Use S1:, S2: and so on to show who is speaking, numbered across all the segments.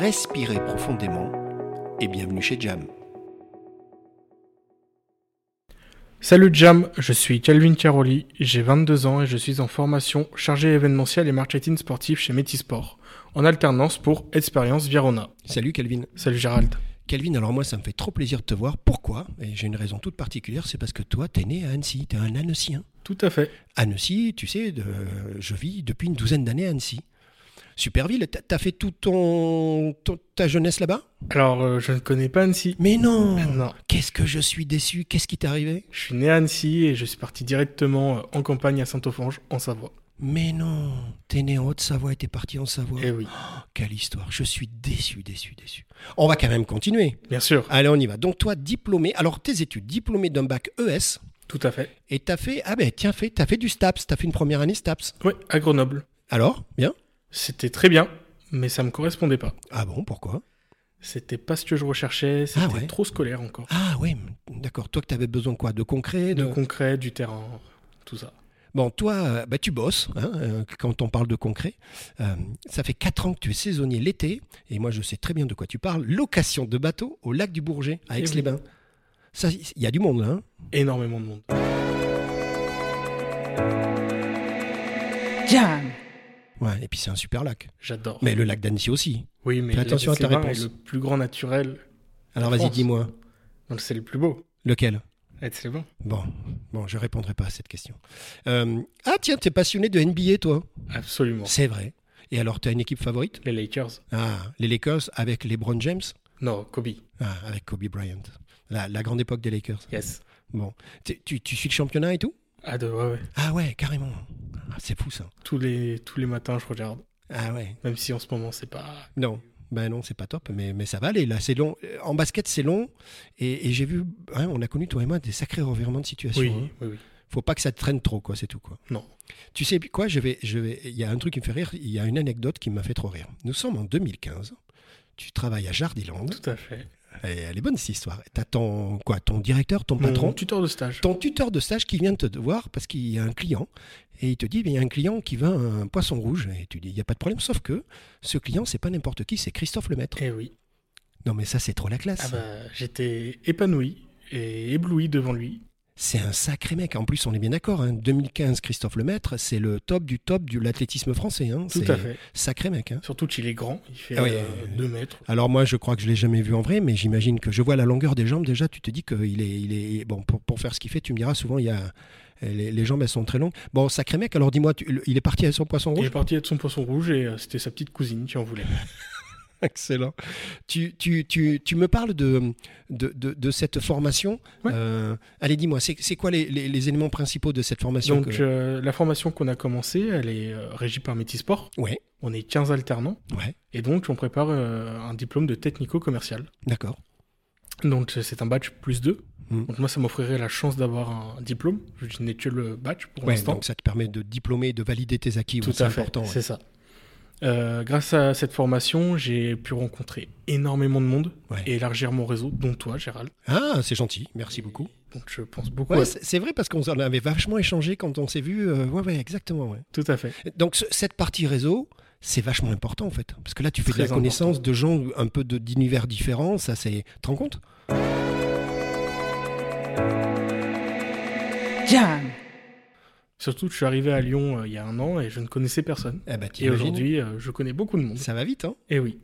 S1: respirez profondément et bienvenue chez Jam.
S2: Salut Jam, je suis Calvin Caroli, j'ai 22 ans et je suis en formation chargée événementielle et marketing sportif chez Métisport, en alternance pour Expérience Virona.
S1: Salut Calvin.
S2: Salut Gérald.
S1: Calvin, alors moi ça me fait trop plaisir de te voir. Pourquoi Et j'ai une raison toute particulière, c'est parce que toi t'es né à Annecy, t'es un Annecyien.
S2: Tout à fait.
S1: Annecy, tu sais, de- je vis depuis une douzaine d'années à Annecy. Super ville, t'as t'as fait tout ton, ton- ta jeunesse là-bas
S2: Alors, euh, je ne connais pas Annecy.
S1: Mais non
S2: Non,
S1: Qu'est-ce que je suis déçu Qu'est-ce qui t'est arrivé
S2: je suis né à Annecy et je suis parti directement euh, en campagne à Saint-Offenge, en Savoie.
S1: Mais non T'es né en Haute-Savoie et t'es parti en Savoie.
S2: Eh oui,
S1: Quelle histoire Je suis déçu, déçu, déçu. On va quand même continuer.
S2: bien sûr,
S1: Allez, on y va. Donc toi, diplômé, alors tes études, diplômé d'un bac ES,
S2: tout à fait.
S1: et t'as fait, ah ben tiens, fait, t'as fait du STAPS, t'as fait une première année STAPS.
S2: Oui, à Grenoble.
S1: Alors, bien
S2: C'était très bien, mais ça me correspondait pas.
S1: Ah bon, pourquoi
S2: C'était pas ce que je recherchais, c'était
S1: ouais.
S2: trop scolaire encore.
S1: Ah oui, m- d'accord. Toi, que t'avais besoin de quoi De concret de...
S2: De concret, du terrain, tout ça.
S1: Bon, toi, euh, bah, tu bosses, hein, euh, quand on parle de concret. Euh, ça fait 4 ans que tu es saisonnier l'été, et moi je sais très bien de quoi tu parles. Location de bateau au lac du Bourget, à
S2: Eh
S1: Aix-les-Bains. Ça, il y a du monde, hein
S2: Énormément de monde.
S3: Jam.
S1: Ouais, et puis c'est un super lac.
S2: J'adore.
S1: Mais le lac d'Annecy aussi.
S2: Oui, mais
S1: Fais
S2: le
S1: attention à ta
S2: Tesla est
S1: réponse.
S2: le plus grand naturel,
S1: Alors
S2: La
S1: vas-y,
S2: France.
S1: dis-moi,
S2: donc c'est le plus beau.
S1: lequel
S2: Eh, C'est bon.
S1: Bon, bon, je répondrai pas à cette question. Euh, ah tiens, t'es passionné de NBA, toi
S2: Absolument.
S1: C'est vrai. Et alors, t'as une équipe favorite
S2: Les Lakers.
S1: Ah, les Lakers avec LeBron James
S2: Non, Kobe.
S1: Ah, avec Kobe Bryant. La, la grande époque des Lakers.
S2: Yes.
S1: Bon, T'es- tu, tu suis le championnat et tout
S2: Ah, de, ouais, ouais.
S1: Ah ouais, carrément. Ah, c'est fou ça.
S2: Tous les, tous les matins, je regarde.
S1: Ah ouais.
S2: Même si en ce moment, c'est pas.
S1: Non, ben non, c'est pas top, mais, mais ça va aller. Là, c'est long. Euh, En basket, c'est long. Et, et j'ai vu, hein, on a connu toi et moi des sacrés revirements de situation.
S2: Oui,
S1: hein.
S2: oui, oui.
S1: Faut pas que ça te traîne trop, quoi. C'est tout, quoi.
S2: Non.
S1: Tu sais quoi, je vais, je vais. Il y a un truc qui me fait rire. Il y a une anecdote qui m'a fait trop rire. Nous sommes en 2015. Tu travailles à Jardiland.
S2: Tout à fait.
S1: Et elle est bonne cette histoire. T'as ton quoi, ton directeur, ton
S2: Mon
S1: patron,
S2: tuteur de stage.
S1: ton tuteur de stage qui vient te voir parce qu'il y a un client et il te dit mais il y a un client qui veut un poisson rouge et tu dis il y a pas de problème sauf que ce client c'est pas n'importe qui c'est Christophe Lemaître.
S2: Eh oui.
S1: Non mais ça c'est trop la classe.
S2: Ah bah, j'étais épanoui et ébloui devant lui.
S1: C'est un sacré mec. En plus on est bien d'accord. Hein. 2015 Christophe Lemaître c'est le top du top de l'athlétisme français. Hein.
S2: Tout
S1: C'est
S2: à fait.
S1: Sacré mec. hein.
S2: Surtout qu'il est grand. Il fait
S1: Ah oui,
S2: 2
S1: euh,
S2: mètres.
S1: Alors moi je crois que je l'ai jamais vu en vrai mais j'imagine que je vois la longueur des jambes déjà tu te dis qu'il est il est bon pour, pour faire ce qu'il fait tu me diras souvent il y a eh, les, les jambes elles sont très longues. Bon sacré mec alors dis-moi tu- le- il est parti à son poisson
S2: Il
S1: rouge.
S2: est parti être son poisson rouge et euh, c'était sa petite cousine qui en voulait.
S1: Excellent. Tu, tu, tu, tu me parles de, de, de, de cette formation.
S2: Ouais.
S1: Euh, allez, dis-moi, c'est c'est quoi les, les, les éléments principaux de cette formation
S2: Donc,
S1: que-
S2: euh, la formation qu'on a commencée, elle est euh, régie par Métisport.
S1: Ouais,
S2: On est 15 alternants.
S1: ouais,
S2: Et donc, on prépare euh, un diplôme de technico-commercial.
S1: d'accord.
S2: Donc, c'est un badge plus 2.
S1: Mm.
S2: Donc, moi, ça m'offrirait la chance d'avoir un diplôme. Je n'ai que le badge pour
S1: Ouais,
S2: l'instant.
S1: donc ça te permet de diplômer, de valider tes acquis.
S2: Tout
S1: ouais, c'est
S2: à fait.
S1: important. ouais.
S2: C'est ça. Euh, grâce à cette formation, j'ai pu rencontrer énormément de monde
S1: Ouais.
S2: et élargir mon réseau, dont toi, Gérald.
S1: Ah, c'est gentil. Merci beaucoup.
S2: Donc, je pense beaucoup.
S1: Ouais,
S2: à-
S1: c'est c'est vrai parce qu'on en avait vachement échangé quand on s'est vu. euh, ouais, ouais, exactement. ouais.
S2: Tout à fait.
S1: Donc ce- cette partie réseau. C'est vachement important en fait, parce que là tu fais de
S2: Très
S1: la
S2: important.
S1: connaissance de gens un peu de- d'univers différents, ça c'est... Tu te rends compte
S3: Jam.
S2: Surtout, que je suis arrivé à Lyon euh, il y a un an et je ne connaissais personne.
S1: Eh ben,
S2: Et
S1: t'imagines,
S2: aujourd'hui, euh, je connais beaucoup de monde.
S1: ça va vite, hein
S2: Et Eh oui.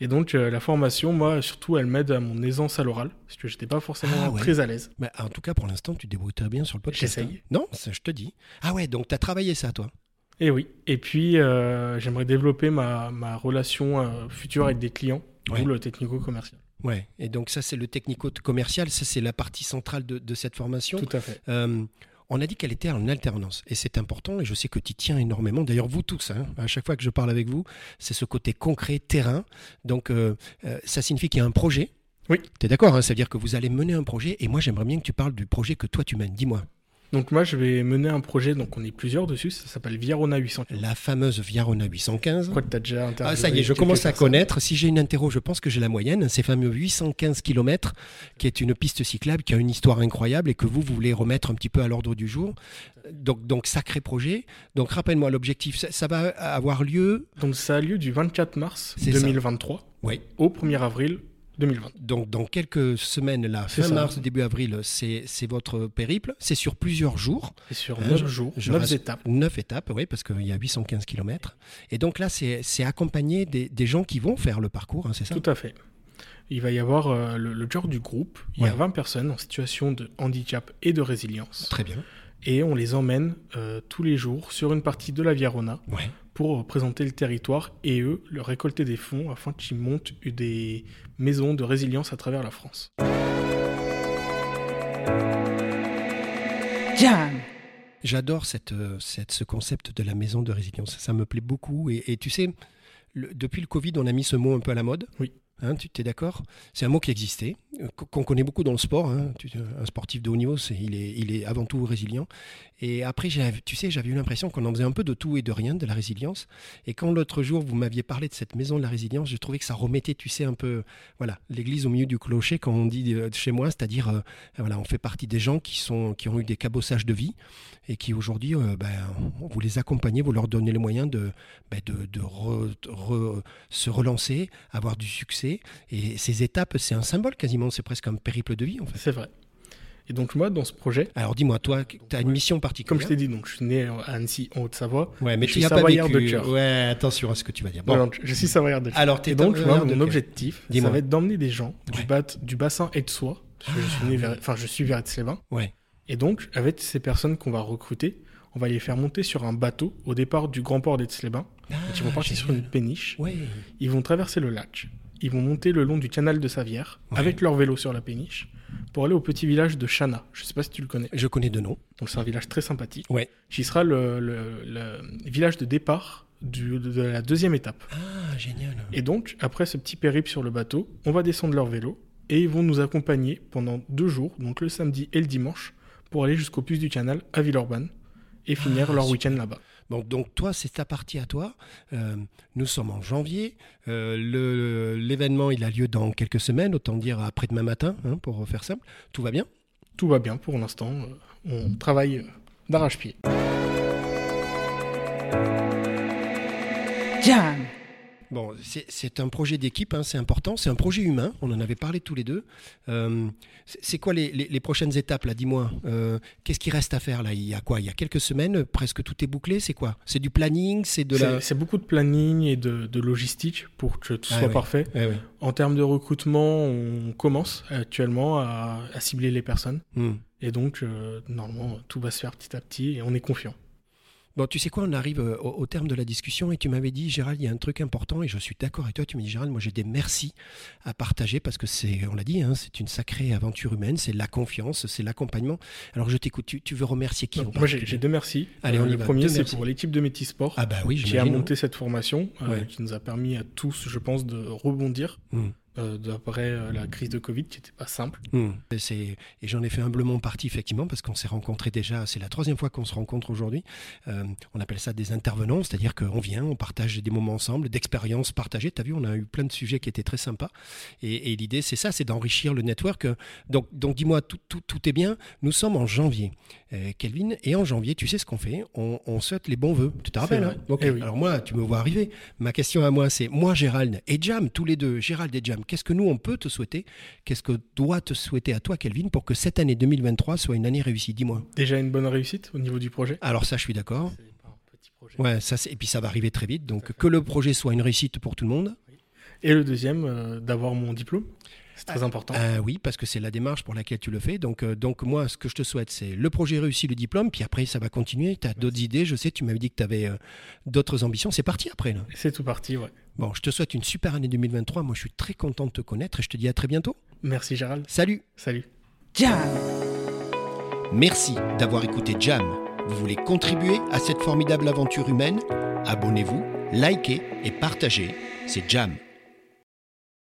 S2: Et donc, euh, la formation, moi, surtout, elle m'aide à mon aisance à l'oral, parce que j'étais pas forcément
S1: Ah ouais.
S2: très à l'aise.
S1: Bah, en tout cas, pour l'instant, tu te débrouilles très bien sur le podcast.
S2: J'essaye.
S1: hein. Non, ça, je te dis. Ah ouais, donc tu as travaillé ça, toi
S2: Et Eh oui. Et puis, euh, j'aimerais développer ma, ma relation euh, future avec des clients,
S1: Ouais.
S2: ou le technico-commercial.
S1: Ouais. Et donc, ça, c'est le technico-commercial. Ça, c'est la partie centrale de, de cette formation.
S2: Tout à fait.
S1: Euh, on On a dit qu'elle était en alternance et c'est important et je sais que tu tiens énormément. D'ailleurs, vous tous, hein, à chaque fois que je parle avec vous, c'est ce côté concret, terrain. Donc, euh, euh, ça signifie qu'il y a un projet.
S2: Oui.
S1: Tu es d'accord hein, Ça veut dire que vous allez mener un projet et moi, j'aimerais bien que tu parles du projet que toi, tu mènes. Dis-moi.
S2: Donc moi, je vais mener un projet, donc on est plusieurs dessus, ça s'appelle Virona 800.
S1: La fameuse Viarona 815.
S2: Je crois que t'as déjà interviewé
S1: Ah, ça y est, je
S2: quelques
S1: commence à
S2: personnes.
S1: connaître. Si j'ai une interro, je pense que j'ai la moyenne. Ces fameux 815 km, qui est une piste cyclable, qui a une histoire incroyable et que vous, vous voulez remettre un petit peu à l'ordre du jour. Donc, donc sacré projet. Donc, rappelle-moi l'objectif. Ça, ça va avoir lieu.
S2: Donc ça a lieu du 24 mars
S1: C'est ça.
S2: 2023
S1: Oui.
S2: au 1er avril 2020.
S1: Donc, dans quelques semaines, là,
S2: C'est
S1: fin
S2: ça.
S1: mars, début avril, c'est c'est votre périple. C'est sur plusieurs jours.
S2: Et sur
S1: Hein,
S2: 9
S1: je-
S2: jours,
S1: je
S2: 9
S1: rassure-
S2: étapes.
S1: Neuf étapes, oui, parce qu'il y a 815 km. Et donc là, c'est c'est accompagné des, des gens qui vont faire le parcours, hein, c'est ça
S2: Tout à fait. Il va y avoir euh, le, le genre du groupe. Il y a
S1: Ouais.
S2: 20 personnes en situation de handicap et de résilience.
S1: Très bien.
S2: Et on les emmène euh, tous les jours sur une partie de la Viarona
S1: Ouais.
S2: pour euh, présenter le territoire et eux, leur récolter des fonds afin qu'ils montent des maisons de résilience à travers la France.
S3: Jam.
S1: J'adore cette, euh, cette, ce concept de la maison de résilience. Ça me plaît beaucoup. Et, et tu sais, le- depuis le Covid, on a mis ce mot un peu à la mode.
S2: Oui.
S1: Hein, tu t'es d'accord C'est un mot qui existait, euh, qu- qu'on connaît beaucoup dans le sport. hein. Tu- Un sportif de haut niveau, c'est, il, est, il est avant tout résilient. Et après, j'avais- tu sais, j'avais eu l'impression qu'on en faisait un peu de tout et de rien, de la résilience. Et quand l'autre jour, vous m'aviez parlé de cette maison de la résilience, je trouvais que ça remettait, tu sais, un peu voilà, l'église au milieu du clocher, quand on dit euh, chez moi, c'est-à-dire, euh, voilà, on fait partie des gens qui, sont, qui ont eu des cabossages de vie et qui aujourd'hui, euh, ben, vous les accompagnez, vous leur donnez les moyens de, ben, de, de re- de re- se relancer, avoir du succès. Et ces étapes, c'est un symbole quasiment, c'est presque un périple de vie en fait.
S2: C'est vrai. Et donc moi, dans ce projet,
S1: Alors dis-moi, toi, tu as une mission
S2: Ah, comme
S1: particulière.
S2: je t'ai dit, donc je suis né à Annecy, en Haute-Savoie.
S1: ouais, mais tu
S2: je suis
S1: y as pas
S2: savoyard
S1: vécu.
S2: de cœur.
S1: Ouais, attention à ce que tu vas dire. Bon,
S2: Voilà, je- je suis savoyard de cœur.
S1: alors t'es
S2: Et donc,
S1: savoyard
S2: moi,
S1: de
S2: mon
S1: cœur.
S2: objectif, ça
S1: Dis-moi.
S2: va être d'emmener des gens du,
S1: Ouais.
S2: bat- du bassin et de soie. Parce que je suis né vers, enfin, je suis vers Aix-les-Bains.
S1: Ouais.
S2: Et donc, avec ces personnes qu'on va recruter, on va les faire monter sur un bateau au départ du grand port d'Aix-les-Bains. Ils vont
S1: Ah,
S2: partir sur
S1: génial.
S2: une péniche.
S1: Ouais.
S2: Ils vont traverser le lac. Ils vont monter le long du canal de Savière
S1: Ouais.
S2: avec leur vélo sur la péniche pour aller au petit village de Chana. Je sais pas si tu le connais.
S1: Je connais deux noms.
S2: Donc c'est un village très sympathique.
S1: Ouais.
S2: Qui sera le, le- le village de départ du- de la deuxième étape.
S1: Ah, génial.
S2: Et donc, après ce petit périple sur le bateau, on va descendre leur vélo et ils vont nous accompagner pendant deux jours, donc le samedi et le dimanche, pour aller jusqu'au puce du canal à Villeurbanne
S1: Ah,
S2: et finir leur week-end là-bas.
S1: Bon, donc toi, c'est ta partie à toi. Euh, nous sommes en janvier. Euh, le- L'événement, il a lieu dans quelques semaines, autant dire après-demain matin, hein, pour faire simple. Tout va bien
S2: Tout va bien pour l'instant, euh, on travaille euh, d'arrache-pied.
S1: Ah,
S3: Jam.
S1: Bon, c'est- c'est un projet d'équipe, hein, c'est important. C'est un projet humain, on en avait parlé tous les deux. Euh, c'est c'est quoi les, les- les prochaines étapes, là Dis-moi, Euh, qu'est-ce qui reste à faire, là Il y a quoi Il y a quelques semaines, presque tout est bouclé, c'est quoi C'est du planning, c'est de la...
S2: C'est- C'est beaucoup de planning et de, de logistique pour que tout
S1: Ah
S2: soit
S1: oui.
S2: parfait.
S1: Ouais, ouais.
S2: En termes de recrutement, on commence actuellement à, à cibler les personnes.
S1: Hmm.
S2: Et donc, euh, normalement, tout va se faire petit à petit et on est confiant.
S1: Bon, tu sais quoi, on arrive euh, au, au terme de la discussion et tu m'avais dit, Gérald, il y a un truc important et je suis d'accord avec toi. Tu me dis, Gérald, moi j'ai des merci à partager parce que c'est, on l'a dit, hein, c'est une sacrée aventure humaine, c'est la confiance, c'est l'accompagnement. Alors je t'écoute, tu, tu veux remercier qui en
S2: Moi, j'ai
S1: particulier
S2: j'ai deux merci. Euh,
S1: Allez, on y
S2: le
S1: va,
S2: premier,
S1: deux
S2: c'est
S1: merci.
S2: pour l'équipe de Métisport.
S1: Ah bah oui,
S2: qui a
S1: j'imagine.
S2: monté cette formation, euh,
S1: Ouais.
S2: qui nous a permis à tous, je pense, de rebondir
S1: Mm.
S2: euh, d'après euh, la crise de Covid, qui n'était pas simple.
S1: Hmm. Et, c'est- et j'en ai fait humblement partie, effectivement, parce qu'on s'est rencontrés déjà. C'est la troisième fois qu'on se rencontre aujourd'hui. Euh, on appelle ça des intervenants, c'est-à-dire qu'on vient, on partage des moments ensemble, d'expériences partagées. Tu as vu, on a eu plein de sujets qui étaient très sympas. Et, et l'idée, c'est ça, c'est d'enrichir le network. Donc, donc dis-moi, tout, tout- tout est bien. Nous sommes en janvier, Euh, Kelvin, et en janvier, tu sais ce qu'on fait on, on souhaite les bons vœux. Tu te rappelles
S2: vrai.
S1: hein Ok.
S2: Eh oui.
S1: Alors moi, tu me vois arriver. Ma question à moi, c'est moi, Gérald et Jam, tous les deux, Gérald et Jam, qu'est-ce que nous, on peut te souhaiter Qu'est-ce que doit te souhaiter à toi, Kelvin, pour que cette année 2023 soit une année réussie Dis-moi.
S2: Déjà une bonne réussite au niveau du projet.
S1: Alors ça, je suis d'accord.
S2: C'est pas un petit projet.
S1: Ouais, ça, c'est- et puis ça va arriver très vite. Donc que le projet soit une réussite pour tout le monde.
S2: Et le deuxième, euh, d'avoir mon diplôme. C'est très important.
S1: Euh, oui, parce que c'est la démarche pour laquelle tu le fais. Donc, euh, donc moi, ce que je te souhaite, c'est le projet réussi, le diplôme, puis après, ça va continuer. Tu as d'autres idées, je sais, tu m'avais dit que tu avais d'autres ambitions. C'est parti après, là.
S2: C'est tout parti, ouais.
S1: Bon, je te souhaite une super année 2023. Moi, je suis très content de te connaître et je te dis à très bientôt.
S2: Merci Gérald.
S1: Salut
S2: Salut.
S3: Jam.
S1: Merci d'avoir écouté Jam. Vous voulez contribuer à cette formidable aventure humaine Abonnez-vous, likez et partagez. C'est Jam.